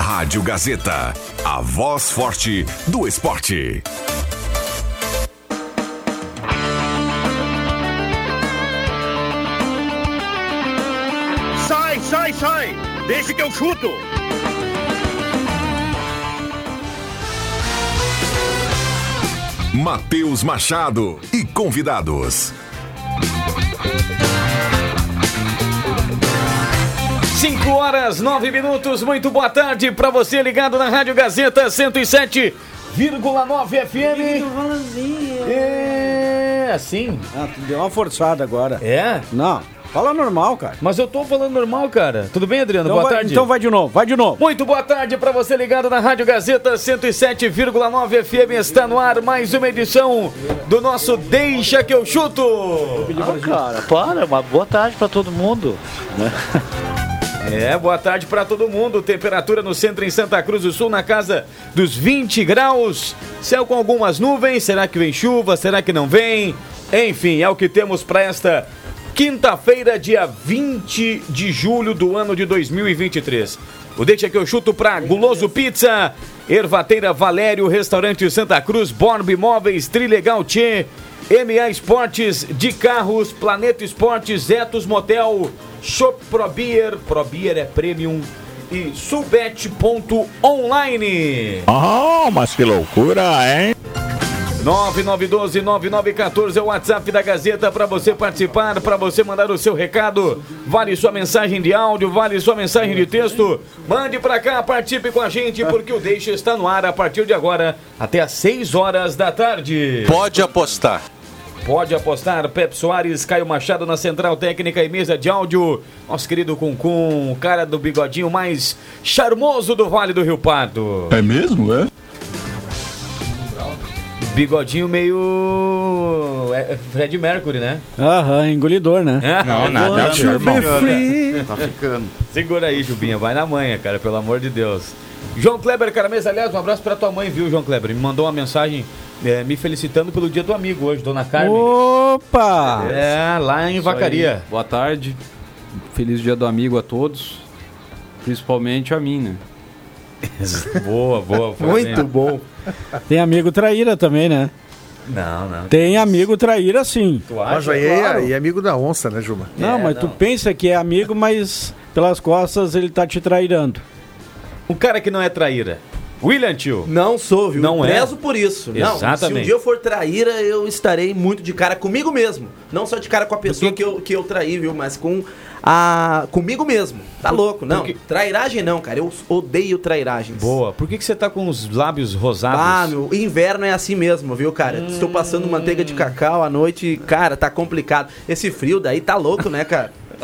Rádio Gazeta, a voz forte do esporte. Sai, sai, sai! Deixa que eu chuto! Matheus Machado e convidados. 5 horas 9 minutos, muito boa tarde pra você ligado na Rádio Gazeta 107,9 FM. É assim? Ah, tu deu uma forçada agora. É? Não, fala normal, cara. Mas eu tô falando normal, cara. Tudo bem, Adriano? Então boa vai, tarde. então vai de novo, vai de novo. Muito boa tarde pra você ligado na Rádio Gazeta 107,9 FM. Está no ar mais uma edição do nosso Deixa que eu chuto. Ah, cara, é para, uma boa tarde pra todo mundo. né? É, boa tarde pra todo mundo. Temperatura no centro em Santa Cruz do Sul na casa dos 20 graus. Céu com algumas nuvens. Será que vem chuva? Será que não vem? Enfim, é o que temos pra esta quinta-feira, dia 20 de julho do ano de 2023. O deixa que eu chuto pra Guloso Pizza, Ervateira Valério, Restaurante Santa Cruz, Borb Imóveis, Trilegal Tchê, MA Esportes, de Carros, Planeta Esportes, Etos Motel, Shop Pro Beer, Pro Beer é Premium e Subet.online. Ah, mas que loucura, hein? 9912-9914 é o WhatsApp da Gazeta para você participar, para você mandar o seu recado. Vale sua mensagem de áudio, vale sua mensagem de texto. Mande para cá, participe com a gente, porque o Deixa está no ar a partir de agora, até às 6 horas da tarde. Pode apostar. Pode apostar, Pep Soares, Caio Machado na central técnica e mesa de áudio. Nosso querido Cuncum, o cara do bigodinho mais charmoso do Vale do Rio Pardo. É mesmo, é? Bigodinho meio. é Fred Mercury, né? Aham, engolidor, né? É? Não, Wanna tio, be irmão. free. é né? Tá ficando. Segura aí, Jubinha, vai na manha, cara, pelo amor de Deus. João Kleber Caramês, aliás, um abraço pra tua mãe, viu, João Kleber? Me mandou uma mensagem eh, me felicitando pelo dia do amigo hoje, dona Carmen. Opa! É, lá em Vacaria. Boa tarde. Feliz dia do amigo a todos. Principalmente a mim, né? Boa, boa. Foi Muito bom. Tem amigo traíra também, né? Não, não. Tem amigo traíra sim. Tu Mas acha? aí é, aí é amigo da onça, né, Juma? Não, mas tu não. pensa que é amigo, mas pelas costas ele tá te trairando. Um cara que não é traíra. William, tio. Não sou, viu? Não é. Prezo por isso. Não, se Exatamente. um dia eu for traíra, eu estarei muito de cara comigo mesmo. Não só de cara com a pessoa que eu, que eu traí, viu? Mas com a... comigo mesmo. Tá louco, não. Trairagem não, cara. Eu odeio trairagens. Boa. Por que, que você tá com os lábios rosados? Ah, meu, inverno é assim mesmo, viu, cara? Estou passando manteiga de cacau à noite, cara, tá complicado. Esse frio daí tá louco, né, cara?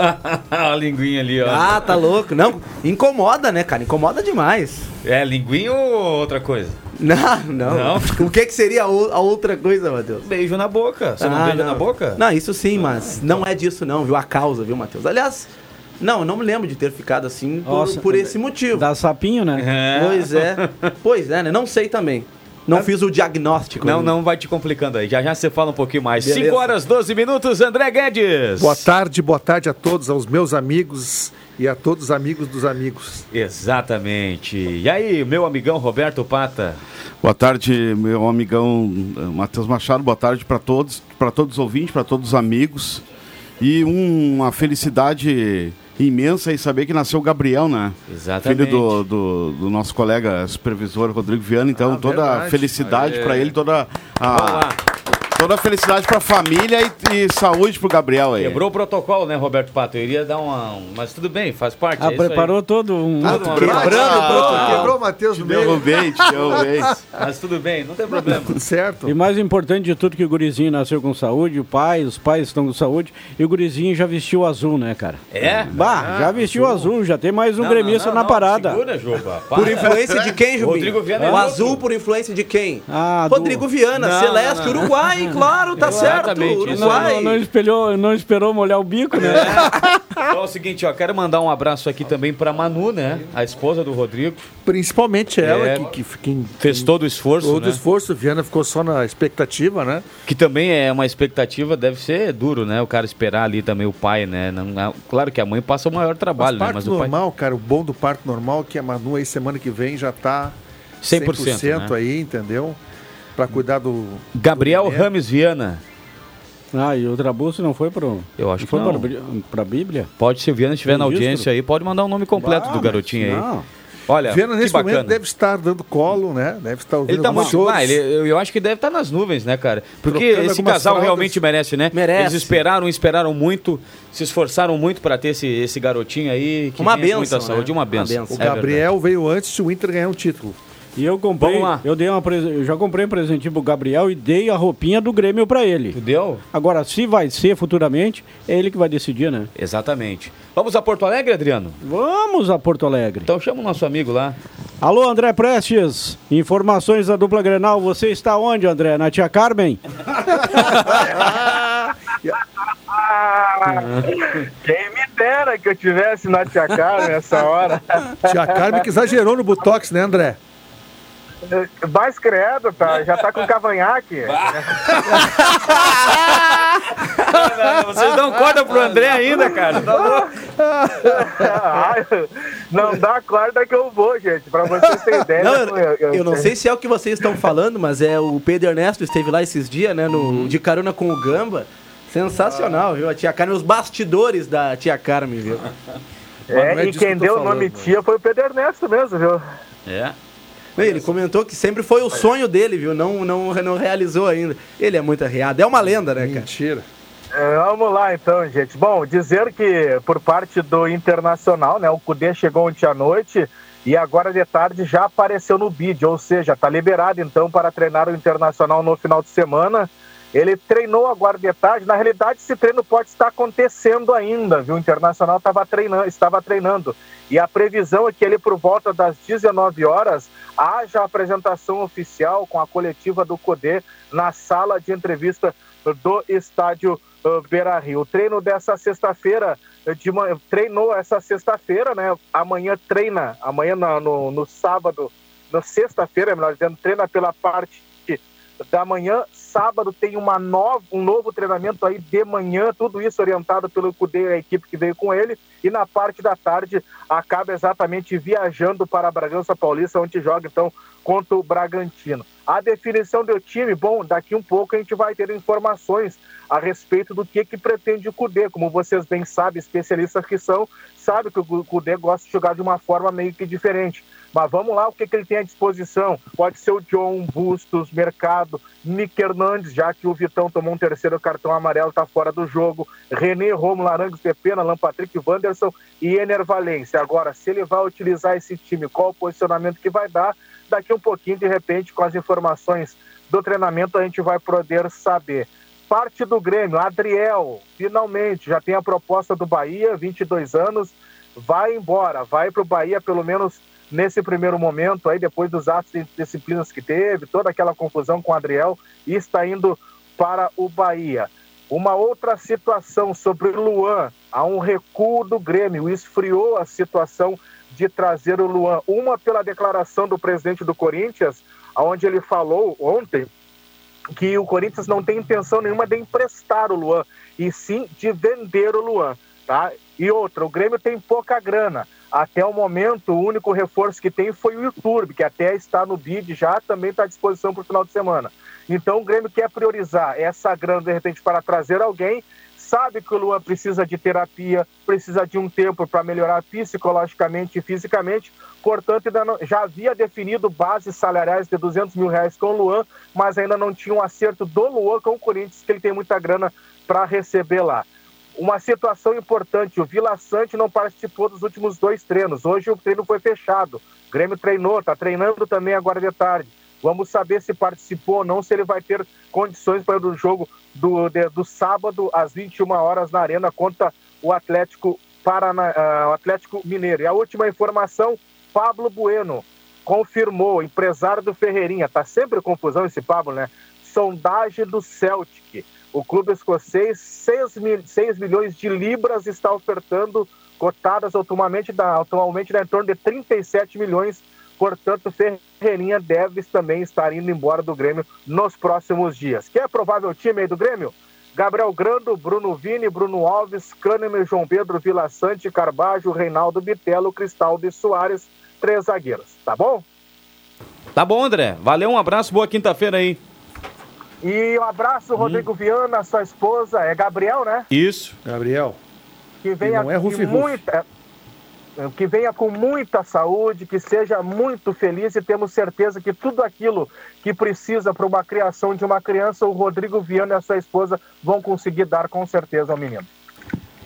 a linguinha ali, ó. Ah, tá louco. Não, incomoda, né, cara? Incomoda demais. É, linguinha ou outra coisa? Não, não. O que que seria a ou- a outra coisa, Matheus? Beijo na boca. Você não Ah, beija na boca? Não, isso sim, mas não é disso não, viu? A causa, viu, Matheus? Aliás, não, eu não me lembro de ter ficado assim por, Nossa, é por esse motivo. Dá sapinho, né? Pois é. Pois é, né? Não sei também. Não fiz o diagnóstico. Não, ainda. não vai te complicando aí. Já já você fala um pouquinho mais. Beleza. 5 horas 12 minutos, André Guedes. Boa tarde, boa tarde a todos, aos meus amigos e a todos os amigos dos amigos. Exatamente. E aí, meu amigão Roberto Pata? Boa tarde, meu amigão eh, Matheus Machado. Boa tarde para todos, para todos os ouvintes, para todos os amigos. E um- uma felicidade imensa em saber que nasceu o Gabriel, né? Exatamente. Filho do, do, do nosso colega supervisor Rodrigo Viana. Ah, Então, toda a verdade. felicidade para ele, toda a, Olá. toda a felicidade para a família e, e saúde para o Gabriel aí. Quebrou o protocolo, né, Roberto Pata? Eu iria dar uma. Mas tudo bem, faz parte. Ah, é isso aí. preparou todo um. Ah, tu quebrou, Quebrando, ah, pronto, quebrou o Matheus no Te meio. derrubei, te derrubei. Mas tudo bem, não tem problema. Tudo certo? E mais importante de tudo que o gurizinho nasceu com saúde, o pai, os pais estão com saúde, e o gurizinho já vestiu azul, né, cara? É? Bah, já vestiu azul, já tem mais um gremista na parada. Segura, Juba. Para. Por influência de quem, Jubinho? é Rodrigo Viana é o outro. azul por influência de quem? Ah, do- Rodrigo Viana, Não, Celeste, não, não. Uruguai, Sim, claro, tá certo. Exatamente, isso. Uruguai. Não, não espelhou, não esperou molhar o bico, né? Então é o seguinte, ó, quero mandar um abraço aqui também pra Manu, né? A esposa do Rodrigo. Principalmente ela, É. que, que fica em Fez todo o esforço, todo né? esforço. Viana ficou só na expectativa, né? Que também é uma expectativa, deve ser duro, né? O cara esperar ali também o pai, né? Não- não- claro que a mãe passa o maior trabalho, Mas né? parto Mas o pai. normal, cara, o bom do parto normal é que a Manu aí semana que vem já tá 100%, né? aí, entendeu? Pra cuidar do. Gabriel do Rames Viana. Ah, e o Trabuço não foi pro. Eu acho que foi não. Pra, pra Bíblia? Pode, se o Viana estiver na Registro? audiência aí, pode mandar o nome completo Ah, do mas garotinho aí. não. Olha, Viana, É, que nesse bacana. momento, deve estar dando colo, né? Deve estar ouvindo Ele tá alguns muito. choros. Ah, ele- eu, eu acho que deve estar nas nuvens, né, cara? Porque Trocando esse algumas casal fraldas. realmente merece, né? Merece. Eles esperaram, esperaram muito, se esforçaram muito pra ter esse, esse garotinho aí. Que Uma venha com bênção, Muita saúde, né? uma Uma benção. É bênção. O Gabriel veio antes de o Inter ganhar um título. E eu comprei. Vamos lá. Eu dei uma presen- eu já comprei um presentinho pro Gabriel e dei a roupinha do Grêmio pra ele. Deu? Agora, se vai ser futuramente, é ele que vai decidir, né? Exatamente. Vamos a Porto Alegre, Adriano? Vamos a Porto Alegre. Então chama o nosso amigo lá. Alô, André Prestes. Informações da dupla Grenal. Você está onde, André? Na tia Carmen? Quem me dera que eu tivesse na Tia Carmen nessa hora. Tia Carmen que exagerou no Botox, né, André? Mais credo, tá? Já tá com cavanhaque. Vocês dão corda pro André ainda, cara. Tá Ah, não dá corda que eu vou, gente. Pra vocês terem ideia. Não, eu, eu não sei se é o que vocês estão falando, mas é o Pedro Ernesto esteve lá esses dias, né? No, de carona com o Gamba. Sensacional, viu? A tia Carmen, os bastidores da tia Carmen, viu? Mas não é É, e disso que eu quem tô deu o falando, nome né? tia foi o Pedro Ernesto mesmo, viu? É. Bem, Ele comentou que sempre foi o sonho dele, viu? Não, não, não realizou ainda. Ele é muito arreado. É uma lenda, né, cara? Mentira. É, Vamos lá então, gente. Bom, dizer que por parte do Internacional, né, o Cudê chegou ontem à noite e agora de tarde já apareceu no bid, ou seja, está liberado então para treinar o Internacional no final de semana. Ele treinou agora de tarde. Na realidade, esse treino pode estar acontecendo ainda, viu? O Internacional tava treinando, estava treinando. E a previsão é que ele, por volta das 19 horas, haja a apresentação oficial com a coletiva do CODE na sala de entrevista do estádio uh, Beira Rio. O treino dessa sexta-feira, eh, de manhã- treinou essa sexta-feira, né? Amanhã treina, amanhã na- no, no sábado, na sexta-feira, melhor dizendo, treina pela parte da manhã. Sábado tem uma nova, um novo treinamento aí de manhã, tudo isso orientado pelo CUDE, a equipe que veio com ele. E na parte da tarde acaba exatamente viajando para a Bragança Paulista, onde joga então contra o Bragantino. A definição do time, bom, daqui um pouco a gente vai ter informações a respeito do que, que pretende o CUDE. Como vocês bem sabem, especialistas que são, sabe que o CUDE gosta de jogar de uma forma meio que diferente. Mas vamos lá, o que, que ele tem à disposição? Pode ser o John, Bustos, Mercado, Nick Hernandes, já que o Vitão tomou um terceiro cartão amarelo, está fora do jogo. René Romo, Larangues, Pepena, Alan Patrick, Wanderson e Ener Valência. Agora, se ele vai utilizar esse time, qual o posicionamento que vai dar? Daqui um pouquinho, de repente, com as informações do treinamento, a gente vai poder saber. Parte do Grêmio, Adriel, finalmente, já tem a proposta do Bahia, 22 anos, vai embora, vai para o Bahia pelo menos nesse primeiro momento, aí depois dos atos de disciplinas que teve, toda aquela confusão com o Adriel, e está indo para o Bahia. Uma outra situação sobre o Luan, há um recuo do Grêmio, esfriou a situação de trazer o Luan. Uma pela declaração do presidente do Corinthians, onde ele falou ontem que o Corinthians não tem intenção nenhuma de emprestar o Luan, e sim de vender o Luan. Tá? E outra, o Grêmio tem pouca grana. Até o momento, o único reforço que tem foi o YouTube, que até está no bid já, também está à disposição para o final de semana. Então o Grêmio quer priorizar essa grana, de repente, para trazer alguém. Sabe que o Luan precisa de terapia, precisa de um tempo para melhorar psicologicamente e fisicamente. Portanto, ainda não- já havia definido bases salariais de 200 mil reais com o Luan, mas ainda não tinha um acerto do Luan com o Corinthians, que ele tem muita grana para receber lá. Uma situação importante: o Vila Sante não participou dos últimos dois treinos. Hoje o treino foi fechado. O Grêmio treinou, está treinando também agora de tarde. Vamos saber se participou ou não, se ele vai ter condições para o jogo do, de- do sábado às 21 horas na Arena contra o Atlético, Parana, ah, o Atlético Mineiro. E a última informação: Pablo Bueno confirmou, empresário do Ferreirinha. Tá sempre confusão esse Pablo, né? sondagem do Celtic. O clube escocês, 6, mil, 6 milhões de libras está ofertando, cotadas atualmente, da, atualmente da, em torno de 37 milhões. Portanto, Ferreirinha deve também estar indo embora do Grêmio nos próximos dias. Quem é provável time aí do Grêmio? Gabriel Grando, Bruno Vini, Bruno Alves, Kahneman, João Pedro, Vila Sante, Carbajo, Reinaldo Bitelo, Cristaldo e Soares, três zagueiros, tá bom? Tá bom, André. Valeu, um abraço, boa quinta-feira aí. E um Hum. abraço, Rodrigo Viana, sua esposa, é Gabriel, né? Isso. Gabriel. Que venha E não é com Rufi Rufi. muita é, que venha com muita saúde, que seja muito feliz e temos certeza que tudo aquilo que precisa para uma criação de uma criança, o Rodrigo Viana e a sua esposa vão conseguir dar com certeza ao menino.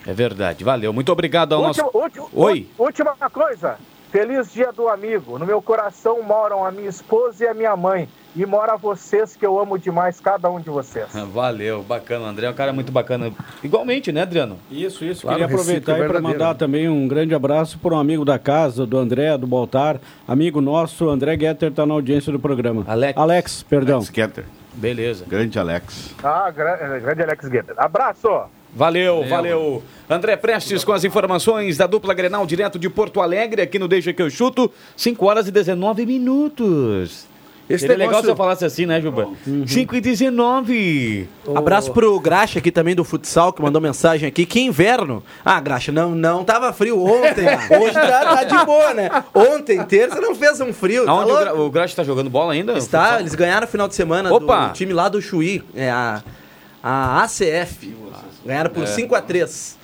É verdade, valeu. Muito obrigado ao Última, nosso. última- Oi. ú- última coisa. Feliz dia do amigo. No meu coração moram a minha esposa e a minha mãe. E mora vocês que eu amo demais, cada um de vocês. Valeu, bacana, André. É um cara muito bacana. Igualmente, né, Adriano? Isso, isso. Claro, Queria é aproveitar reciclo para verdadeiro. mandar também um grande abraço para um amigo da casa, do André, do Baltar, amigo nosso, André Guetter está na audiência do programa. Alex. Alex, perdão. Sketter. Beleza. Grande Alex. Ah, é, gra- grande Alex Guedes. Abraço! Valeu, valeu, André Prestes com as informações da dupla Grenal direto de Porto Alegre, aqui no Deixa Que Eu Chuto, 5 horas e 19 minutos. Esse Seria legal negócio- se eu falasse assim, né, Juba? 5 e 19. Abraço pro Graxa aqui também do futsal, que mandou mensagem aqui. Que inverno! Ah, Graxa, não, não tava frio ontem. ah. Hoje tá, tá de boa, né? Ontem, terça, não fez um frio. tá Aonde o, louco? Gra o Graxa tá jogando bola ainda? Está, eles ganharam o final de semana Opa! do time lá do Chuí, é a, a ACF. Ganharam É. por 5x3.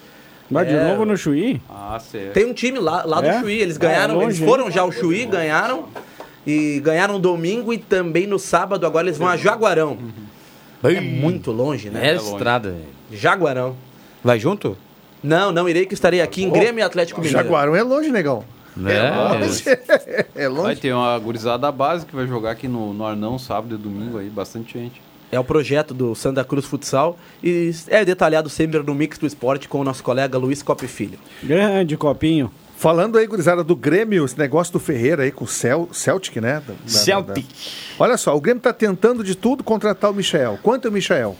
Vai É. de novo no Chuí? Ah, certo. Tem um time lá, lá do É? Chuí, eles Ah, ganharam, é longe, eles foram já ao Chuí, ganharam. E ganharam domingo e também no sábado, agora eles vão a Jaguarão. É muito longe, assim, É, né? estrada. Jaguarão. Vai junto? Não, não irei que estarei aqui em Grêmio e Atlético Mineiro. Jaguarão é longe, negão. É. É Vai longe. ter uma gurizada da base que vai jogar aqui no, no Arnão sábado e domingo aí, bastante gente. É o projeto do Santa Cruz Futsal e é detalhado sempre no Mix do Esporte com o nosso colega Luiz Cop Filho. Grande copinho. Falando aí, gurizada, do Grêmio, esse negócio do Ferreira aí com o Cel Celtic, né? Da- da- da- Celtic. Olha só, o Grêmio tá tentando de tudo contratar o Michel. Quanto é o Michel?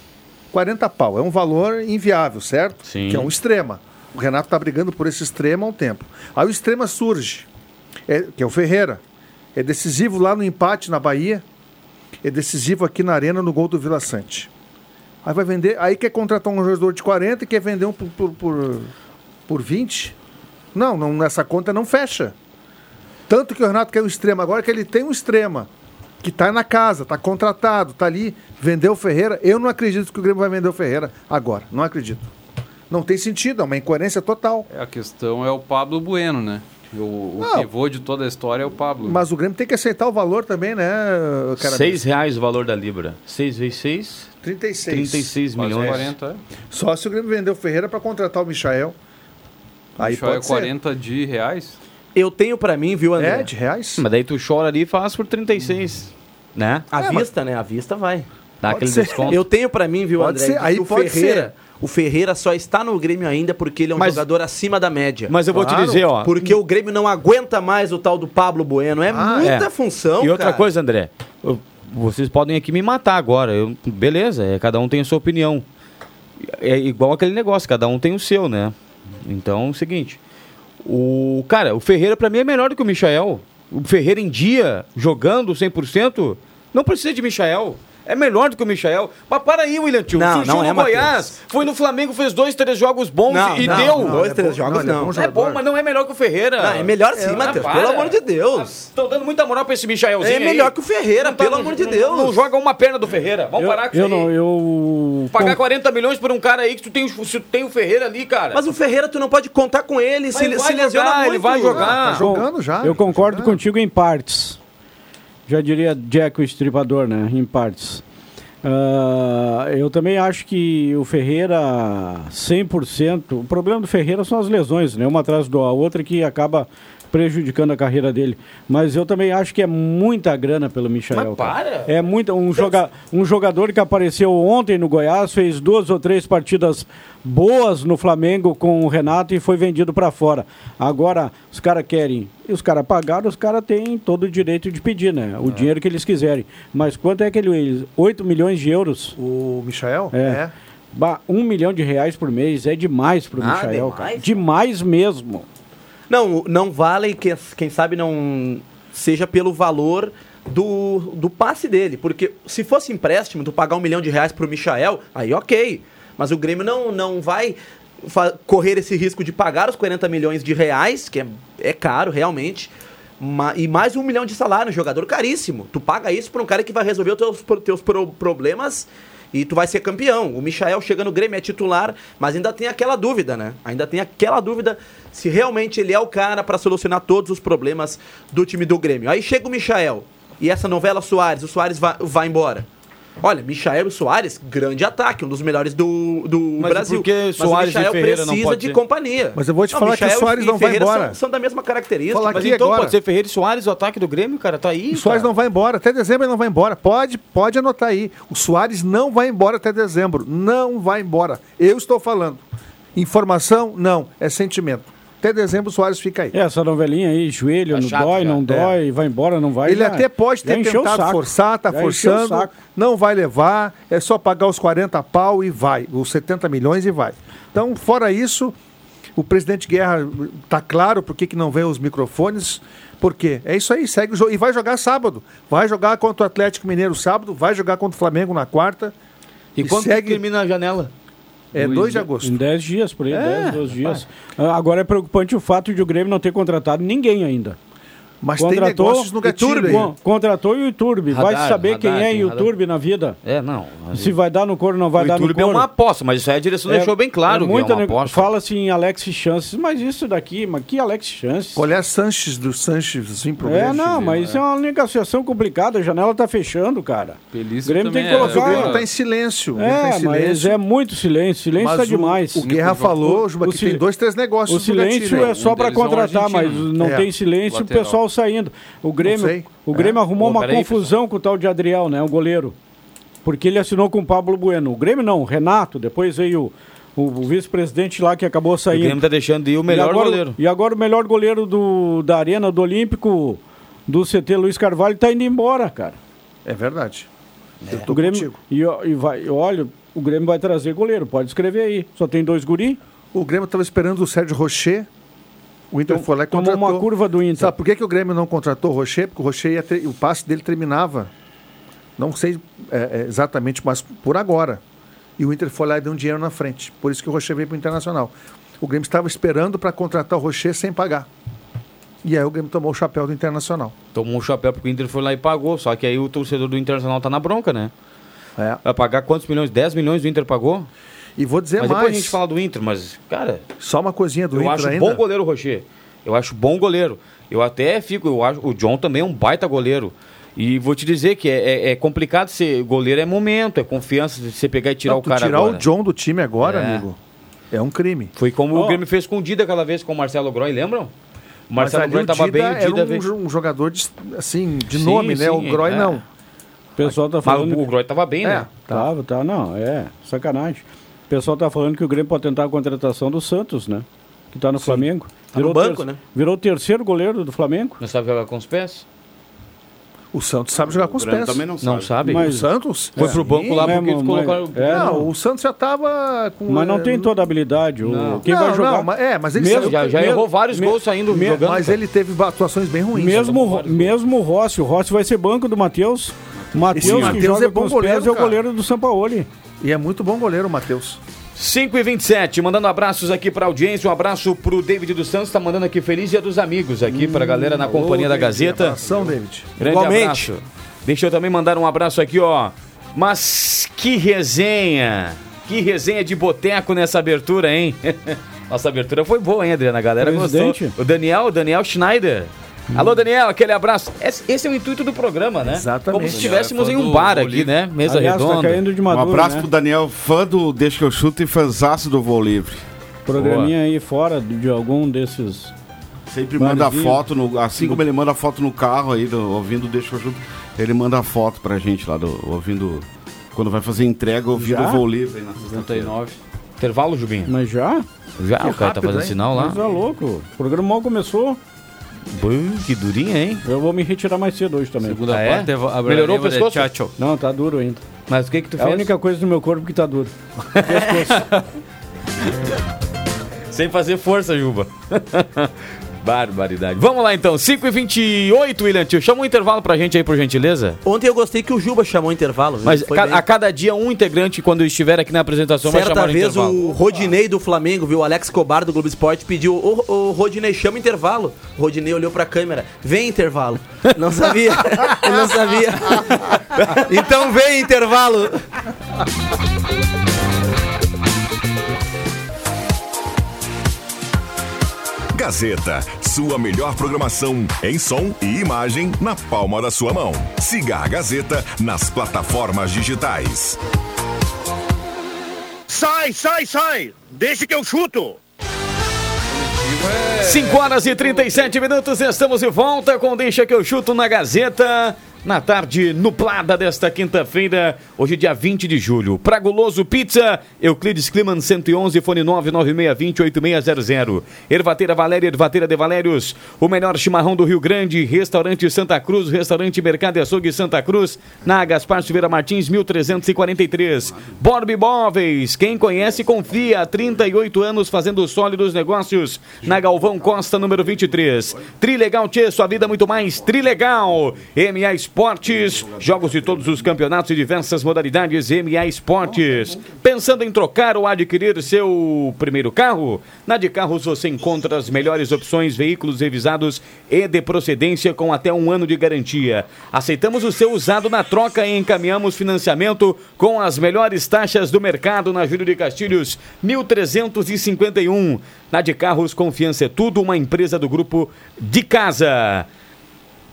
40 pau. É um valor inviável, certo? Sim. Que é um extrema. O Renato tá brigando por esse extremo há um tempo. Aí o extrema surge, é- que é o Ferreira. É decisivo lá no empate na Bahia. É decisivo aqui na Arena no gol do Vila Sante. Aí vai vender. Aí quer contratar um jogador de 40 e quer vender um por, por, por, por 20. Não, não, essa conta não fecha. Tanto que o Renato quer um extremo agora, que ele tem um extrema. Que tá na casa, tá contratado, tá ali, vendeu o Ferreira. Eu não acredito que o Grêmio vai vender o Ferreira agora. Não acredito. Não tem sentido, é uma incoerência total. É, A questão é o Pablo Bueno, né? O, o Não. pivô de toda a história é o Pablo. Mas o Grêmio tem que aceitar o valor também, né, cara? Seis reais o valor da Libra. 6 vezes 6, 36. 36 Quase milhões. 40, é. Só se o Grêmio vender o Ferreira para contratar o Michael. Aí Michel é pode 40 de reais. Eu tenho pra mim, viu, ser. André? É, de reais? Mas daí tu chora ali e faz por 36, né? À É, mas- vista, né? À vista vai. Dá Pode aquele ser. desconto. Eu tenho pra mim, viu, Pode André? ser, que aí o pode Ferreira, o Ferreira só está no Grêmio ainda porque ele é um Mas- jogador acima da média. Mas eu vou te Claro, dizer, ó. Porque o Grêmio não aguenta mais o tal do Pablo Bueno. É Ah, muita é. função, E outra cara. coisa, André, eu- vocês podem aqui me matar agora. eu- beleza, é, cada um tem a sua opinião. É igual aquele negócio, cada um tem o seu, né? Então, é o seguinte. O cara, o Ferreira pra mim é melhor do que o Michael. O Ferreira em dia, jogando 100%, não precisa de Michael. É melhor do que o Michael. Mas para aí, William Tio. Não, Surgiu não no é, Matheus. Goiás, foi no Flamengo, fez dois, três jogos bons Não, e não, deu. não, Dois, três jogos, ele é não. bom É jogador. bom, mas não é melhor que o Ferreira. Não, é melhor sim, Ah, Matheus. para. Pelo amor de Deus. Tô dando muita moral pra esse Michaelzinho É aí. melhor que o Ferreira, Não tá- pelo não- amor de não- Deus. Não joga uma perna do Ferreira. Vamos parar com eu isso aí. não, eu. Pagar 40 milhões por um cara aí que tu tem, o- se tu tem o Ferreira ali, cara. Mas o Ferreira, tu não pode contar com ele. Se, ele ele se vai lesiona jogar, muito. Ah, ele vai jogar. Tá jogando já. tá Eu concordo Jogando. contigo em partes. Já diria Jack o estripador, né? Em partes. Ah, eu também acho que o Ferreira 100%. O problema do Ferreira são as lesões, né? Uma atrás da outra que acaba prejudicando a carreira dele. Mas eu também acho que é muita grana pelo Michael. Mas cara. É muita. Um, joga, um jogador que apareceu ontem no Goiás, fez duas ou três partidas boas no Flamengo com o Renato e foi vendido para fora. Agora, os caras querem. E os caras pagaram, os caras têm todo o direito de pedir, né? É. O dinheiro que eles quiserem. Mas quanto é aquele. 8 milhões de euros? O Michael? É. Bah, um milhão de reais por mês é demais pro Ah, Michael, demais, cara. né? Demais mesmo. Não, não vale, que- quem sabe não seja pelo valor do, do passe dele. Porque se fosse empréstimo, tu pagar um milhão de reais pro Michael, aí ok. Mas o Grêmio não, não vai fa- correr esse risco de pagar os 40 milhões de reais, que é, é caro realmente. ma- E mais um milhão de salário, um jogador caríssimo. Tu paga isso pra um cara que vai resolver os teus, pro- teus pro- problemas e tu vai ser campeão. O Michael chega no Grêmio, é titular, mas ainda tem aquela dúvida, né? Ainda tem aquela dúvida se realmente ele é o cara pra solucionar todos os problemas do time do Grêmio. Aí chega o Michael e essa novela Soares, o Soares vai, vai embora. Olha, Michael e Soares, grande ataque, um dos melhores do, do Mas Brasil. por que Soares e mas o Michael Ferreira não precisa pode de ser? companhia. Mas eu vou te falar que o Michael Soares e não vai Ferreira embora. São, são da mesma característica. Fala Mas aqui então agora. pode ser Ferreira e Soares o ataque do Grêmio, cara? Tá aí. O Soares cara. não vai embora. Até dezembro ele não vai embora. Pode, pode anotar aí. O Soares não vai embora até dezembro. Não vai embora. Eu estou falando. Informação, não. É sentimento. Até dezembro o Soares fica aí. É, Essa novelinha aí, joelho, Tá não dói, É. não dói, vai embora, não vai. ele já- até pode já ter encheu o tentado saco. forçar, tá Já encheu o forçando, saco. não vai levar, é só pagar os 40 pau e vai, os 70 milhões e vai. Então, fora isso, o presidente Guerra tá claro por que que não vem os microfones, porque é isso aí, segue o jogo e vai jogar sábado. Vai jogar contra o Atlético Mineiro sábado, vai jogar contra o Flamengo na quarta. E quando segue- termina a janela? É 2 de agosto. É, Em 10 dias, por aí, 10, 12 dias. Ah, Agora é preocupante o fato de o Grêmio não ter contratado ninguém ainda. Mas tem negócios no gatilho Iturbe, aí. con- contratou o YouTube. Vai Radar, saber radar, quem é tem radar. YouTube na vida. É, não. Se vai dar no couro ou não vai o dar no Iturbe é couro. uma aposta, mas isso aí a direção É, deixou bem claro. é que muita é uma nego- aposta. Fala-se em Alex Chances, mas isso daqui, mas que Alex Chances? Olhar Sanches do Sanches assim pro É, Grêmio. não, mas isso é uma negociação complicada, a janela tá fechando, cara. Feliz O Grêmio tem que O colocar. Grêmio tá em silêncio. o Grêmio tá É, em mas silêncio. é muito silêncio, silêncio Mas tá o- demais. O Guerra falou, Juba, que tem sil- dois, três negócios. no O silêncio gatilho aí. é só Um pra deles é um contratar, mas argentino, não É. tem silêncio, o Lateral. pessoal saindo. O Não Grêmio, sei. É. o Grêmio arrumou Pô, uma peraí, confusão com o tal de Adriel, né, o goleiro. Porque ele assinou com o Pablo Bueno. O Grêmio não, o Renato, depois veio o, o vice-presidente lá que acabou O saindo. Grêmio tá deixando de ir o melhor e agora, goleiro. E agora o melhor goleiro do, da Arena do Olímpico, do CT Luiz Carvalho, tá indo embora, cara. É. É verdade. Eu tô O Grêmio, contigo. e, ó- e vai, olha, o Grêmio vai trazer goleiro, pode escrever aí. Só tem dois guri, O Grêmio estava esperando o Sérgio Rocher. O Inter Tom- foi lá e Então, tomou contratou. uma curva do Inter. Sabe por que, que o Grêmio não contratou o Rocher? Porque o Rocher, ia ter- o passe dele terminava. Não sei é, é, exatamente, mas por agora. E o Inter foi lá e deu um dinheiro na frente. Por isso que o Rocher veio para o Internacional. O Grêmio estava esperando para contratar o Rocher sem pagar. E aí o Grêmio tomou o chapéu do Internacional. Tomou um chapéu porque o Inter foi lá e pagou. Só que aí o torcedor do Internacional tá na bronca, né? É. Vai pagar quantos milhões? 10 milhões o Inter pagou? E vou dizer mas mais. depois a gente fala do Inter, mas, cara, Só uma coisinha do eu Inter acho ainda. bom goleiro o Rocher. Eu acho bom goleiro. Eu até fico, eu acho. O John também é um baita goleiro. E vou te dizer que é, é- é complicado ser goleiro, é momento, é confiança de você pegar e tirar Não, o tu cara tirar agora. o John do time agora, É. amigo, é um crime. Foi como Ó. o Grêmio fez com o Dida aquela vez com o Marcelo Groy, lembram? O Mas Marcelo ali Groy tava bem, o era Dida um, veio. jo- um jogador de, assim, de Sim, nome, né? sim, o Groy é. não. o pessoal tá Mas falando... o Groy tava bem, né? Tá, tá, não, é, sacanagem. O pessoal tá falando que o Grêmio pode tentar a contratação do Santos, né? Que tá no Flamengo. no o banco, ter- né? Virou o terceiro goleiro do Flamengo. Não sabe jogar com os pés? O Santos sabe jogar com os pés. Também não sabe. Não sabe? O Mas- Santos? Foi É. pro banco lá Sim, porque eles né, mas- colocaram. é, Não, o Santos já tava com. Mas não é, tem toda a habilidade. o- Não. Quem Não, vai jogar... não, mas- é, mas ele Mesmo- saiu- Já, já Mesmo- errou vários me- gols saindo me- jogando. Mas cara. ele teve atuações bem ruins. né? Mesmo, tomou o- vários mesmo o Rossi, o Rossi vai ser banco do Matheus. Matheus, que Matheus joga é bom com os goleiro, pés, é o cara. goleiro do Sampaoli. E é muito bom goleiro o Matheus. 5 e 27 mandando abraços aqui pra audiência, um abraço pro David dos Santos, tá mandando aqui Feliz Dia dos Amigos aqui pra galera na companhia da Gazeta. Ação, David. Grande Igualmente. abraço. Deixa eu também mandar um abraço aqui, ó. Mas que resenha! Que resenha de boteco nessa abertura, hein? Nossa abertura foi boa, hein, Adriana? A galera Presidente. Hum. gostou. O Daniel, o Daniel Schneider. Alô, Daniel, aquele abraço. Esse esse é o intuito do programa, né? Exatamente. Como se estivéssemos em Daniel é um fã bar do aqui, né? Mesa Aliás, tá redonda. caindo de Um maduro, abraço né? pro Daniel, fã do Deixa que eu chuto e fanzaço do Voo Livre. Programinha aí fora de algum desses Sempre manda Valezinho. foto, no, assim como ele manda foto no carro aí, do- ouvindo Deixa eu junto, ele manda foto pra gente lá, do, ouvindo. Quando vai fazer entrega, ouvindo Já? o voo livre aí na sexta-feira. Intervalo, Jubinho? Mas já? Já, o cara tá fazendo sinal lá. Mas é louco. O programa mal começou. Bum, que durinha, hein? Eu vou me retirar mais cedo hoje também. Segunda Ah, é? parte, a- a- Melhorou o a- a- pescoço? Tchau, tchau. Não, tá duro ainda. Mas o que que tu É a fez? única coisa do meu corpo que tá duro. Sem fazer força, Juba. Barbaridade. Vamos lá então, 5h28, William Tio. Chama um intervalo pra gente aí, por gentileza. Ontem eu gostei que o Juba chamou o intervalo. viu? Mas Foi ca- bem. a cada dia um integrante, quando estiver aqui na apresentação, vai Certa chamar vez no intervalo. o Rodinei do Flamengo, viu? O Alex Cobar do Globo Esporte pediu: Ô ô, Rodinei, chama o intervalo. O Rodinei olhou pra câmera: Vem intervalo. Não sabia. Ele não sabia. então vem intervalo. Gazeta, sua melhor programação em som e imagem na palma da sua mão. Siga a Gazeta nas plataformas digitais. Sai, sai, sai! Deixa que eu chuto! 5 horas e 37 minutos, estamos de volta com Deixa que eu chuto na Gazeta. Na tarde nublada desta quinta-feira, hoje dia 20 de julho. Pra Guloso Pizza, Euclides Kliman 111, fone 996208600. Ervateira Valéria, Ervateira de Valérios, o melhor chimarrão do Rio Grande, Restaurante Santa Cruz, Restaurante Mercado e Açougue Santa Cruz, na Gaspar Silveira Martins, 1343. Borb Imóveis, quem conhece confia, há 38 anos fazendo sólidos negócios, na Galvão Costa, número 23. Trilegal Tchê, sua vida é muito mais Trilegal. MA Esportes, jogos de todos os campeonatos e diversas modalidades MA Esportes. Pensando em trocar ou adquirir seu primeiro carro? Na de carros você encontra as melhores opções, veículos revisados e de procedência com até um ano de garantia. Aceitamos o seu usado na troca e encaminhamos financiamento com as melhores taxas do mercado na Júlio de Castilhos, 1351. Na de carros, confiança é tudo, uma empresa do grupo de casa.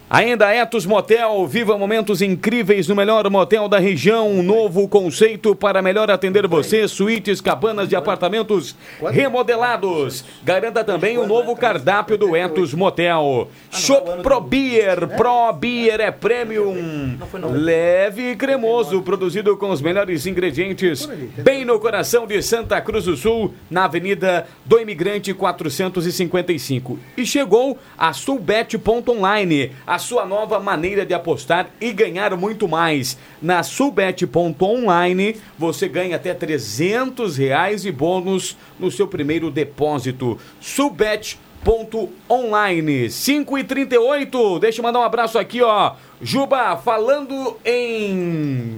Ainda Etos Motel, viva momentos incríveis no melhor motel da região. Um novo conceito para melhor atender você. Suítes, cabanas de apartamentos remodelados. Garanta também o novo cardápio do Etos Motel. Shop Pro Beer. Pro Beer é premium. Leve e cremoso, produzido com os melhores ingredientes. Bem no coração de Santa Cruz do Sul, na Avenida do Imigrante 455. E chegou a Sulbet.online, a sua nova maneira de apostar e ganhar muito mais. Na Sulbet.online, você ganha até 300 reais de bônus no seu primeiro depósito. Sulbet.online. Ponto online, 5 e 38 Deixa eu mandar um abraço aqui, ó. Juba, falando em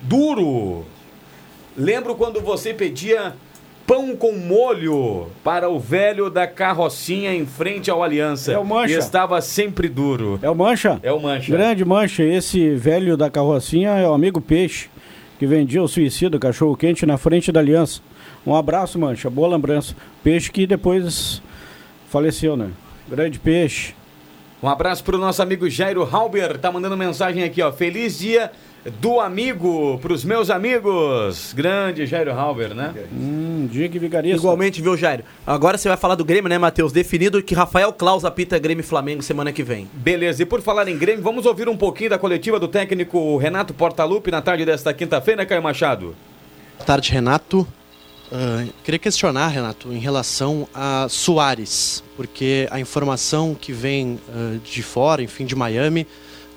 duro. Lembro quando você pedia pão com molho para o velho da carrocinha em frente ao Aliança. É o Mancha. E estava sempre duro. É o Mancha? É o Mancha. Grande Mancha. Esse velho da carrocinha é o amigo Peixe, que vendia o suicida, o cachorro quente, na frente da aliança. Um abraço, Mancha. Boa lembrança. Peixe que depois faleceu, né? Grande Peixe. Um abraço pro nosso amigo Jairo Halber, tá mandando mensagem aqui, ó. Feliz dia do amigo, pros meus amigos. Grande Jairo Halber, né? Hum, dia que vigarista. Igualmente, viu, Jairo? Agora você vai falar do Grêmio, né, Matheus? Definido que Rafael Claus apita Grêmio e Flamengo semana que vem. Beleza, e por falar em Grêmio, vamos ouvir um pouquinho da coletiva do técnico Renato Portaluppi na tarde desta quinta-feira, Caio Machado. Boa tarde, Renato. Ah, queria questionar, Renato, em relação a Soares, porque a informação que vem ah, de fora, enfim, de Miami,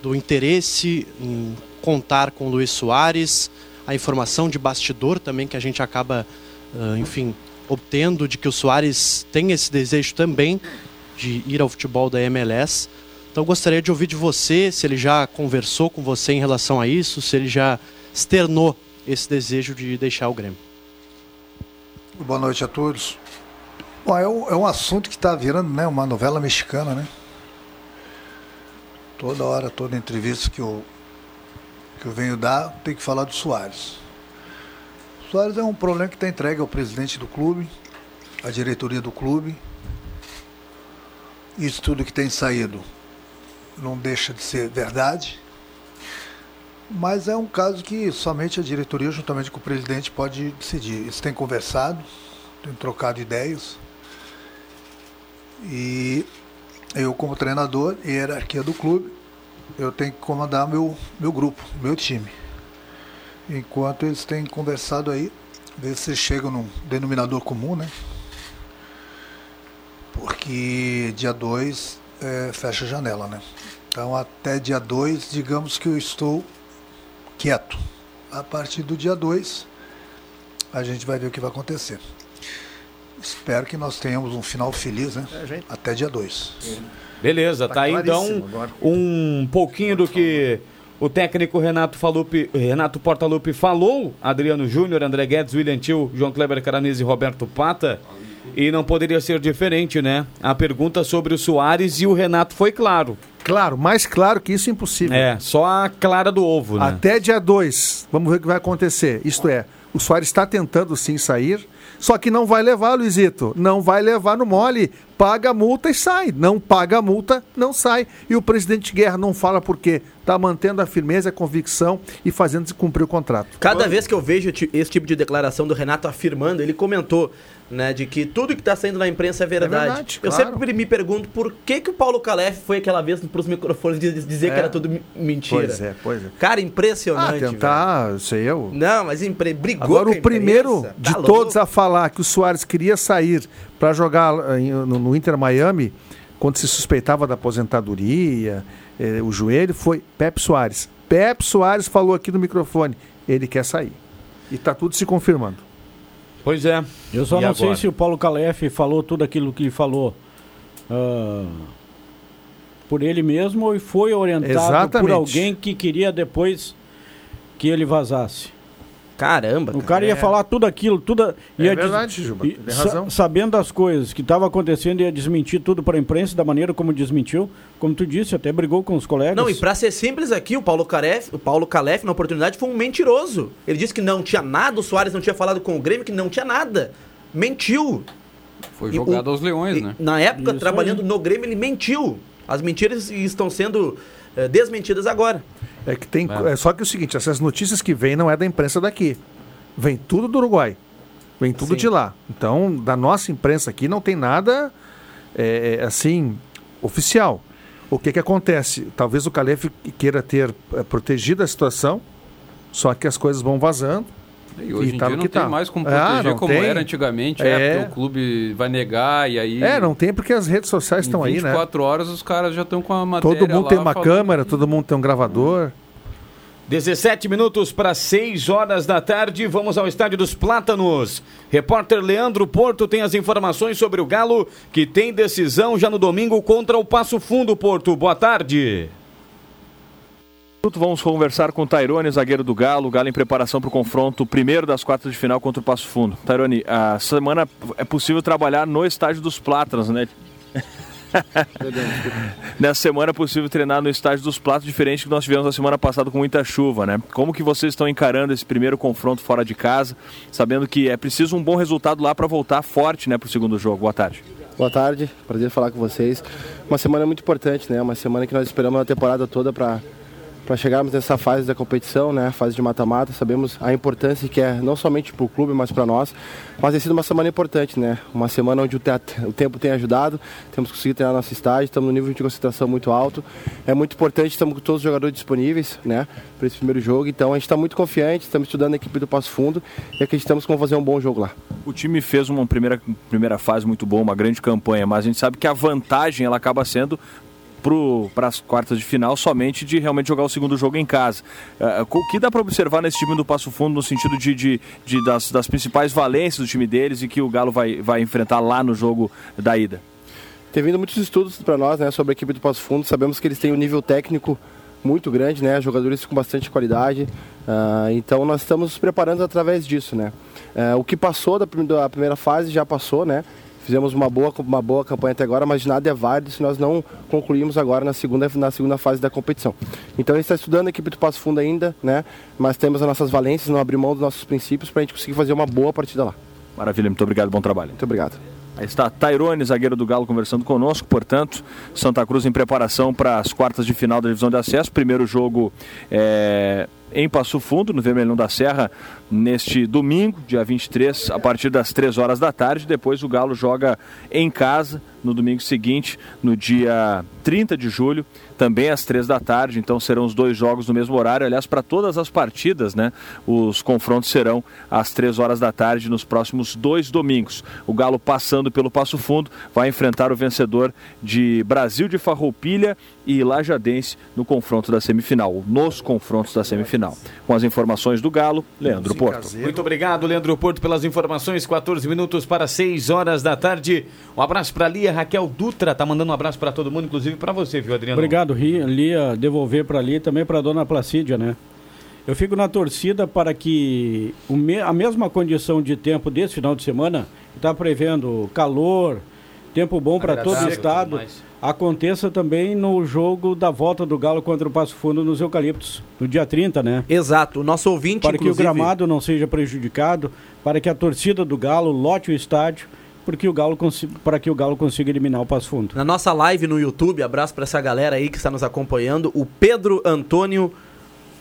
do interesse em contar com Luiz Soares, a informação de bastidor também que a gente acaba, ah, enfim, obtendo de que o Soares tem esse desejo também de ir ao futebol da MLS. Então eu gostaria de ouvir de você se ele já conversou com você em relação a isso, se ele já externou esse desejo de deixar o Grêmio. Boa noite a todos. Bom, é um, é um assunto que está virando né, uma novela mexicana, né? Toda hora, toda entrevista que eu, que eu venho dar, tem que falar do Soares. Soares é um problema que está entregue ao presidente do clube, à diretoria do clube. Isso tudo que tem saído não deixa de ser verdade. Mas é um caso que somente a diretoria, juntamente com o presidente, pode decidir. Eles têm conversado, têm trocado ideias. E eu como treinador e hierarquia do clube, eu tenho que comandar meu, meu grupo, meu time. Enquanto eles têm conversado aí, ver se chegam num denominador comum, né? Porque dia 2 fecha a janela, né? Então até dia 2, digamos que eu estou quieto. A partir do dia 2, a gente vai ver o que vai acontecer. Espero que nós tenhamos um final feliz, né? Até dia 2. Beleza, Tá tá aí então claríssimo agora. um pouquinho do que o técnico Renato, Falupi, Renato Portaluppi falou, Adriano Júnior, André Guedes, William Tio, João Kleber Caranese e Roberto Pata. E não poderia ser diferente, né? A pergunta sobre o Soares e o Renato foi claro. Claro, mais claro que isso é impossível. É, só a clara do ovo, né? Até dia 2, vamos ver o que vai acontecer. Isto é, o Soares está tentando sim sair, só que não vai levar, Luizito. Não vai levar no mole. Paga a multa e sai. Não paga a multa, não sai. E o presidente Guerra não fala por quê. Está mantendo a firmeza, a convicção e fazendo-se cumprir o contrato. Cada vez que eu vejo ti- esse tipo de declaração do Renato afirmando, ele comentou, né, de que tudo que tá saindo na imprensa é verdade. verdade, eu claro. sempre me pergunto por que que o Paulo Calef foi aquela vez pros microfones de- de dizer que É. era tudo mi- mentira. Pois é, pois é. Cara, impressionante. Ah, tentar, sei eu. Não, mas impre... brigou Agora, com a o primeiro imprensa. de Tá louco. todos a falar que o Soares queria sair para jogar eh, em- no, no Inter Miami, quando se suspeitava da aposentadoria, eh, o joelho, foi Pepe Soares. Pepe Soares falou aqui no microfone: ele quer sair. E tá tudo se confirmando. Pois é. Eu só E não sei agora? se o Paulo Calef falou tudo aquilo que falou ah, por ele mesmo ou foi orientado Exatamente. por alguém que queria depois que ele vazasse. Caramba, O cara ia É. falar tudo aquilo, tudo. ia des- verdade, Juba, e tem sa- razão. Sabendo das coisas que estavam acontecendo, ia desmentir tudo para a imprensa da maneira como desmentiu. Como tu disse, até brigou com os colegas. Não, e pra ser simples aqui, o Paulo Calef, o Paulo Calef, na oportunidade, foi um mentiroso. Ele disse que não tinha nada, o Soares não tinha falado com o Grêmio, que não tinha nada. Mentiu. Foi E jogado o- aos leões, né? Na época, Isso trabalhando aí. no Grêmio, ele mentiu. As mentiras estão sendo eh, desmentidas agora. É que tem. É só que é o seguinte: essas notícias que vêm não é da imprensa daqui. Vem tudo do Uruguai. Vem tudo Sim. de lá. Então, da nossa imprensa aqui não tem nada é, é, assim oficial. O que que acontece? Talvez o Calef queira ter é, protegido a situação, só que as coisas vão vazando. E hoje em tá no dia que não tem tá. mais como Ah, proteger não como tem. era antigamente. É. É. porque o clube vai negar e aí... É, não tem porque as redes sociais estão em aí, né? 24 horas os caras já estão com a matéria Todo mundo lá tem uma falando. câmera, todo mundo tem um gravador. 17 minutos para 6 horas da tarde, vamos ao Estádio dos Plátanos. Repórter Leandro Porto tem as informações sobre o Galo, que tem decisão já no domingo contra o Passo Fundo, Porto. Boa tarde. minuto, Vamos conversar com o Tairone, zagueiro do Galo. O Galo em preparação para o confronto primeiro das quartas de final contra o Passo Fundo. Tairone, a semana é possível trabalhar no estádio dos Plátanos, né? Nessa semana é possível treinar no estádio dos Plátanos, diferente do que nós tivemos na semana passada com muita chuva, né? Como que vocês estão encarando esse primeiro confronto fora de casa, sabendo que é preciso um bom resultado lá para voltar forte, né, para o segundo jogo? Boa tarde. Boa tarde, prazer falar com vocês. Uma semana muito importante, né? Uma semana que nós esperamos a temporada toda para para chegarmos nessa fase da competição, né? Fase de mata-mata, sabemos a importância que é não somente para o clube, mas para nós. Mas tem sido uma semana importante, né? Uma semana onde o, te- o tempo tem ajudado, temos conseguido treinar nossa estágio, estamos num nível de concentração muito alto. É muito importante, estamos com todos os jogadores disponíveis, né? Para esse primeiro jogo. Então a gente está muito confiante, estamos estudando a equipe do Passo Fundo e acreditamos que vamos fazer um bom jogo lá. O time fez uma primeira, primeira fase muito boa, uma grande campanha, mas a gente sabe que a vantagem ela acaba sendo para as quartas de final somente de realmente jogar o segundo jogo em casa. Ah, co- o que dá para observar nesse time do Passo Fundo no sentido de, de- de- das, das principais valências do time deles e que o Galo vai, vai enfrentar lá no jogo da ida? Tem vindo muitos estudos para nós né, sobre a equipe do Passo Fundo. Sabemos que eles têm um nível técnico muito grande, né? Jogadores com bastante qualidade. Ah, então nós estamos nos preparando através disso, né? Ah, o que passou da, prim- da primeira fase já passou, né? Fizemos uma boa, uma boa campanha até agora, mas nada é válido se nós não concluirmos agora na segunda, na segunda fase da competição. Então a gente está estudando a equipe do Passo Fundo ainda, né? Mas temos as nossas valências, não abrir mão dos nossos princípios para a gente conseguir fazer uma boa partida lá. Maravilha, muito obrigado, bom trabalho. Muito obrigado. Aí está Tairone, zagueiro do Galo, conversando conosco. Portanto, Santa Cruz em preparação para as quartas de final da divisão de acesso. Primeiro jogo é, em Passo Fundo, no Vermelhão da Serra, neste domingo, dia 23, a partir das 3 horas da tarde. Depois o Galo joga em casa no domingo seguinte, no dia 30 de julho, também às três da tarde. Então serão os dois jogos no mesmo horário. Aliás, para todas as partidas, né? Os confrontos serão às três horas da tarde nos próximos dois domingos. O Galo passando pelo Passo Fundo vai enfrentar o vencedor de Brasil de Farroupilha e Lajadense no confronto da semifinal, nos confrontos da semifinal. Com as informações do Galo, Leandro Porto. Muito obrigado, Leandro Porto, pelas informações. 14 minutos para 6 horas da tarde. Um abraço para Lia Raquel Dutra, tá mandando um abraço para todo mundo, inclusive para você, viu, Adriano? Obrigado, Ri- Lia, devolver para ali também para dona Placídia, né? Eu fico na torcida para que o me- a mesma condição de tempo desse final de semana, que está prevendo calor, tempo bom para todo o Agradável, estado, tudo mais. aconteça também no jogo da volta do Galo contra o Passo Fundo nos Eucaliptos, no dia 30, né? Exato, o nosso ouvinte, Para que o inclusive- gramado não seja prejudicado, para que a torcida do Galo lote o estádio, porque o Galo consi- para que o Galo consiga eliminar o Passo Fundo. Na nossa live no YouTube, abraço pra essa galera aí que está nos acompanhando. O Pedro Antônio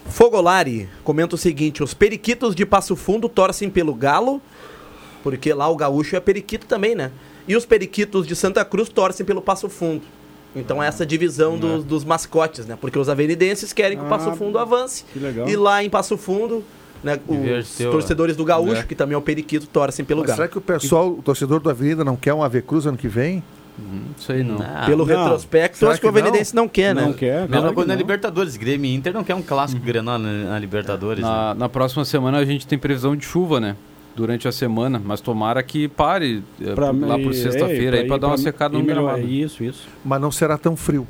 Fogolari comenta o seguinte: os periquitos de Passo Fundo torcem pelo Galo, porque lá o gaúcho é periquito também, né? E os periquitos de Santa Cruz torcem pelo Passo Fundo. Então é essa divisão dos, dos mascotes, né? Porque os avenidenses querem que o Passo Ah, Fundo avance. que legal. E lá em Passo Fundo, né, vez os de ter o- torcedores do gaúcho, É. que também é o periquito, torcem pelo Mas Galo. será que o pessoal, o torcedor do Avenida, não quer um AV Cruz ano que vem? Uhum. Não sei não. Ah, Pelo retrospecto, Será acho que o não? Benedense não quer, né? Não quer, Mesma claro que coisa na não. Libertadores. Grêmio e Inter não quer um clássico Grenal na, na Libertadores. né? Uhum. Na, na próxima semana a gente tem previsão de chuva, né? Durante a semana, mas tomara que pare eh, Pra- lá por e- sexta-feira é, aí para e dar uma pra- secada e no né? melhor- gramado. Isso, isso. Mas não será tão frio.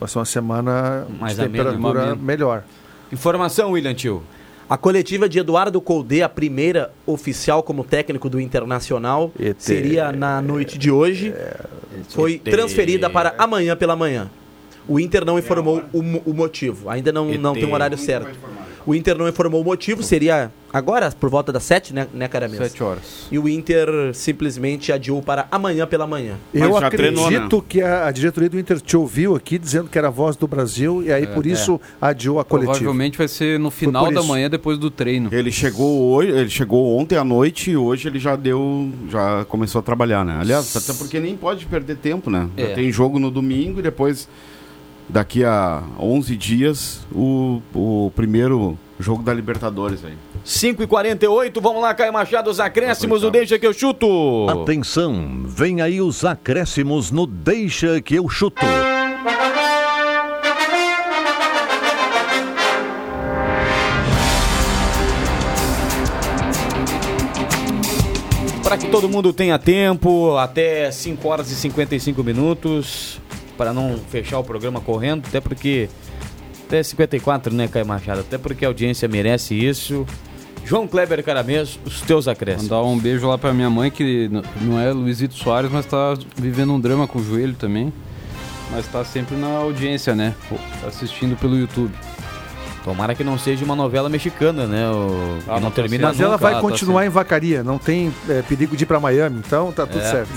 Vai ser uma semana de ameno, temperatura ameno. melhor. Informação, William Tio. A coletiva de Eduardo Colde, a primeira oficial como técnico do Internacional, seria na noite de hoje. É. Foi ET. transferida para amanhã pela manhã. O Inter não informou o, mo- o motivo. Ainda não, não tem um horário certo. O Inter não informou o motivo, seria agora, por volta das sete, né, né Caramelo? Sete horas. E o Inter simplesmente adiou para amanhã pela manhã. Eu acredito né? né? que a, a diretoria do Inter te ouviu aqui dizendo que era a voz do Brasil e aí É, por isso adiou a coletiva. Provavelmente vai ser no final por da isso. manhã depois do treino. Ele chegou, hoje, ele chegou ontem à noite e hoje ele já deu, já começou a trabalhar, né? Aliás, até porque nem pode perder tempo, né? Já É. tem jogo no domingo e depois, daqui a 11 dias, o, o primeiro jogo da Libertadores aí. 5 e 48 vamos lá, Caio Machado, os acréscimos do Deixa que eu chuto. Atenção, vem aí os acréscimos no Deixa que eu chuto. Para que todo mundo tenha tempo, até 5 horas e 55 minutos, para não fechar o programa correndo, até porque. Até 54, né, Caio Machado? Até porque a audiência merece isso. João Kleber Caramês, os teus acréscimos. Mandar um beijo lá pra minha mãe, que n- não é Luizito Soares, mas tá vivendo um drama com o joelho também. Mas tá sempre na audiência, né? Pô, tá Assistindo pelo YouTube. Tomara que não seja uma novela mexicana, né? O... que não termina Mas ela nunca. vai Ah, tá continuar assim. em vacaria, não tem é, perigo de ir para Miami, então tá tudo É. certo.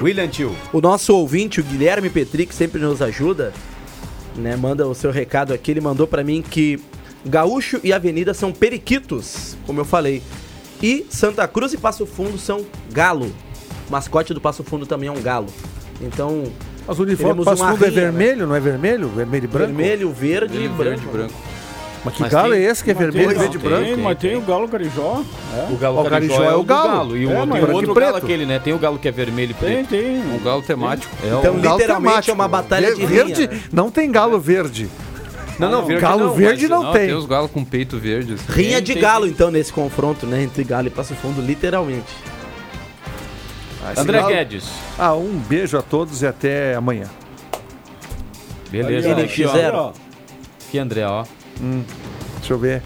William Tio. O nosso ouvinte, o Guilherme Petri, que sempre nos ajuda, né, manda o seu recado aqui. Ele mandou pra mim que Gaúcho e Avenida são periquitos, como eu falei. E Santa Cruz e Passo Fundo são galo. O mascote do Passo Fundo também é um galo. Então, Mas o uniforme teremos do Passo uma Fundo é rinha, né? vermelho, não é vermelho? Vermelho e branco? Vermelho, verde e branco. Mas que galo é esse que é Mas vermelho, tem- verde e tem, branco? Mas tem o Galo Carijó. é. O galo, O carijó, é o galo. E o É, outro, mas- tem o outro branco e galo aquele, né? Tem o galo que é vermelho e preto. Tem, Um galo temático. É Então, o- literalmente, Realmente é uma batalha de rinha. verde, não tem galo verde. Não, Ah, não, verde galo não, verde mas- não, tem. Tem os galos com peito verde. assim. Rinha Tem, de tem, galo, então, nesse confronto, né? Entre galo e Passo Fundo, literalmente. Esse galo- Ah, um beijo a todos e até amanhã. Beleza, Aí, ó, Hum. olha aqui, ó. fizeram. Aqui, André, ó. Deixa eu ver.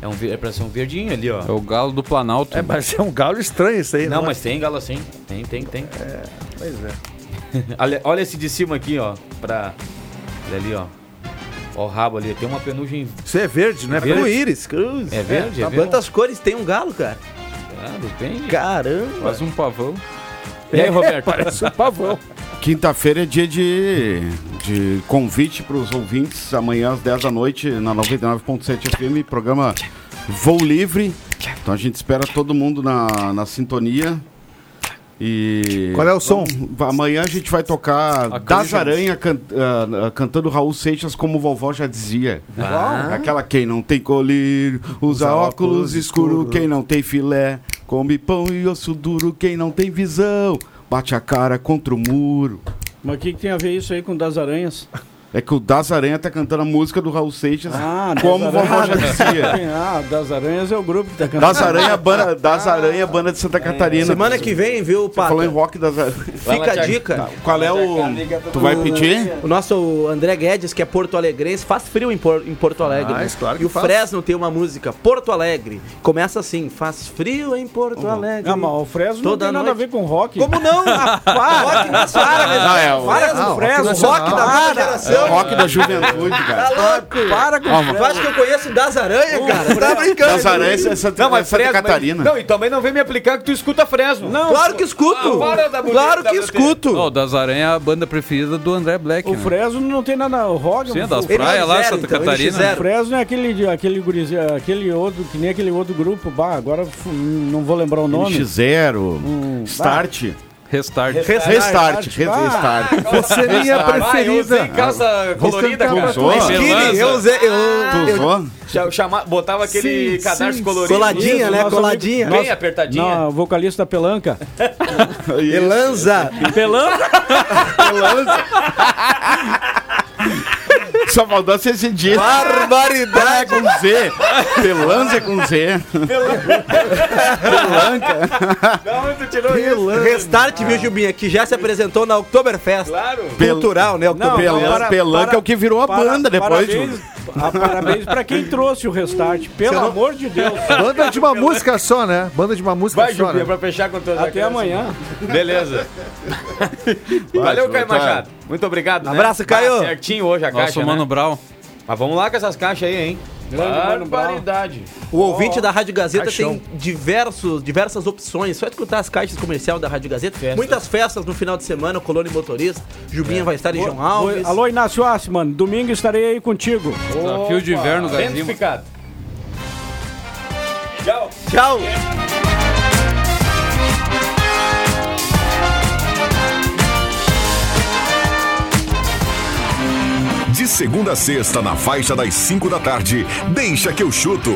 É, um, ver- é pra ser um verdinho ali, ó. É o galo do Planalto. É, mas é um galo estranho isso aí, Não, é? mas tem galo assim. Tem, tem, tem. Pois é. olha, olha esse de cima aqui, ó. Pra. Olha ali, ó. Ó o rabo ali. Tem uma penugem. Isso é verde, né? Verde. Íris, cruz. É verde, é tá, verde. Quantas cores tem um galo, cara? Ah, depende. Caramba. Faz um pavão. E É, aí, Roberto? Parece um pavão. Quinta-feira é dia de, de convite para os ouvintes, amanhã às 10 da noite, na 99.7 FM, programa Voo Livre. Então a gente espera todo mundo na, na sintonia. E Qual é o som? Vamos- amanhã a gente vai tocar Das Canja. Aranha can- ah, ah, cantando Raul Seixas, como vovó já dizia. Ah. Aquela quem não tem colírio, usa, óculos escuro, quem não tem filé, come pão e osso duro, quem não tem visão, bate a cara contra o muro. Mas o que, que tem a ver isso aí com das aranhas? É que o Das Aranha tá cantando a música do Raul Seixas, como Ah, Das vovó já Aranhas. dizia. Ah, das aranhas é o grupo que tá cantando. Ah, Das Aranha, banda, das Aranha, banda de Santa Catarina. Semana que vem, viu, Você falou em rock das Aranhas. Fica a dica. Tá, Qual é o... Tu vai pedir? O nosso André Guedes, que é porto alegrense, faz frio em, Por- em Porto Alegre. né? Faz, Ah, claro que e o faz. Fresno tem uma música, Porto Alegre. Começa assim, faz frio em Porto Alegre. Não, mas o Fresno Toda não tem nada a noite. ver com rock. Como não? Ah, rock nacional. Não, é o- Para Ah, com o o Fresno. rock Rock nacional. da minha geração. É o rock da juventude, cara. Tá louco. Para com o Fresno. Tu acha que eu conheço Das Aranha, cara? Tá brincando. Das Aranhas é Santa, Não, não, mas Santa Fresno, mas- Catarina. Não, e também não vem me aplicar que tu escuta Fresno. Ah, Não, Claro que escuto. Claro que escuto. Ó, o das Aranha é a banda preferida do André Black. O né? Fresno não tem nada. O rock Sim, é um das fu- praias lá, Santa então, Catarina. O Fresno é aquele, de- aquele, gurizi- aquele outro, que nem aquele outro grupo. Bah, agora fu- não vou lembrar o nome. X0, Start. Restart. Restart. Restart. Restart. Você é minha Ah, preferida. é colorida, Você cara. usou? Skinny, Beleza. eu usei- Ah, eu- Tu usou? Já chama- botava aquele Sim, cadarço sim, colorido. sim. Isso, Isso, né? nosso nosso amigo- Bem nosso- apertadinha. Não, o vocalista Pelanca. Elanza. Pelanca? Só faltou ser esse dia. Barbaridade. É com Z. Pelanza é com Z. Pelanca. Restart, viu, Gilbinha, que já se apresentou na Oktoberfest. Claro. Cultural, né? Não, Oktoberfest. mas para- Pelanca é o que virou a para- banda depois, Parabéns, Ju. ah, parabéns pra quem trouxe o restart. Pelo não- amor de Deus. Banda de uma música só, né? Banda de uma música Vai, só. Juninho, né? pra fechar com todas Até aquelas- amanhã. Beleza. Valeu, Caio Machado. Muito obrigado. né? Um Abraço, Caio. Tá certinho hoje a Nosso caixa. né? Mano Brown. Mas vamos lá com essas caixas aí, hein? Barbaridade. O ouvinte da Rádio Gazeta Caixão. tem diversos, diversas opções. Só escutar as caixas comercial da Rádio Gazeta. Muitas festas no final de semana, Colônia e Motorista. É. Jubinha vai estar em João Alves. Alô, Inácio Assman, domingo estarei aí contigo. Desafio de inverno, Gazinho. Identificado. Tchau. Tchau. De segunda a sexta, na faixa das 5 da tarde, deixa que eu chuto.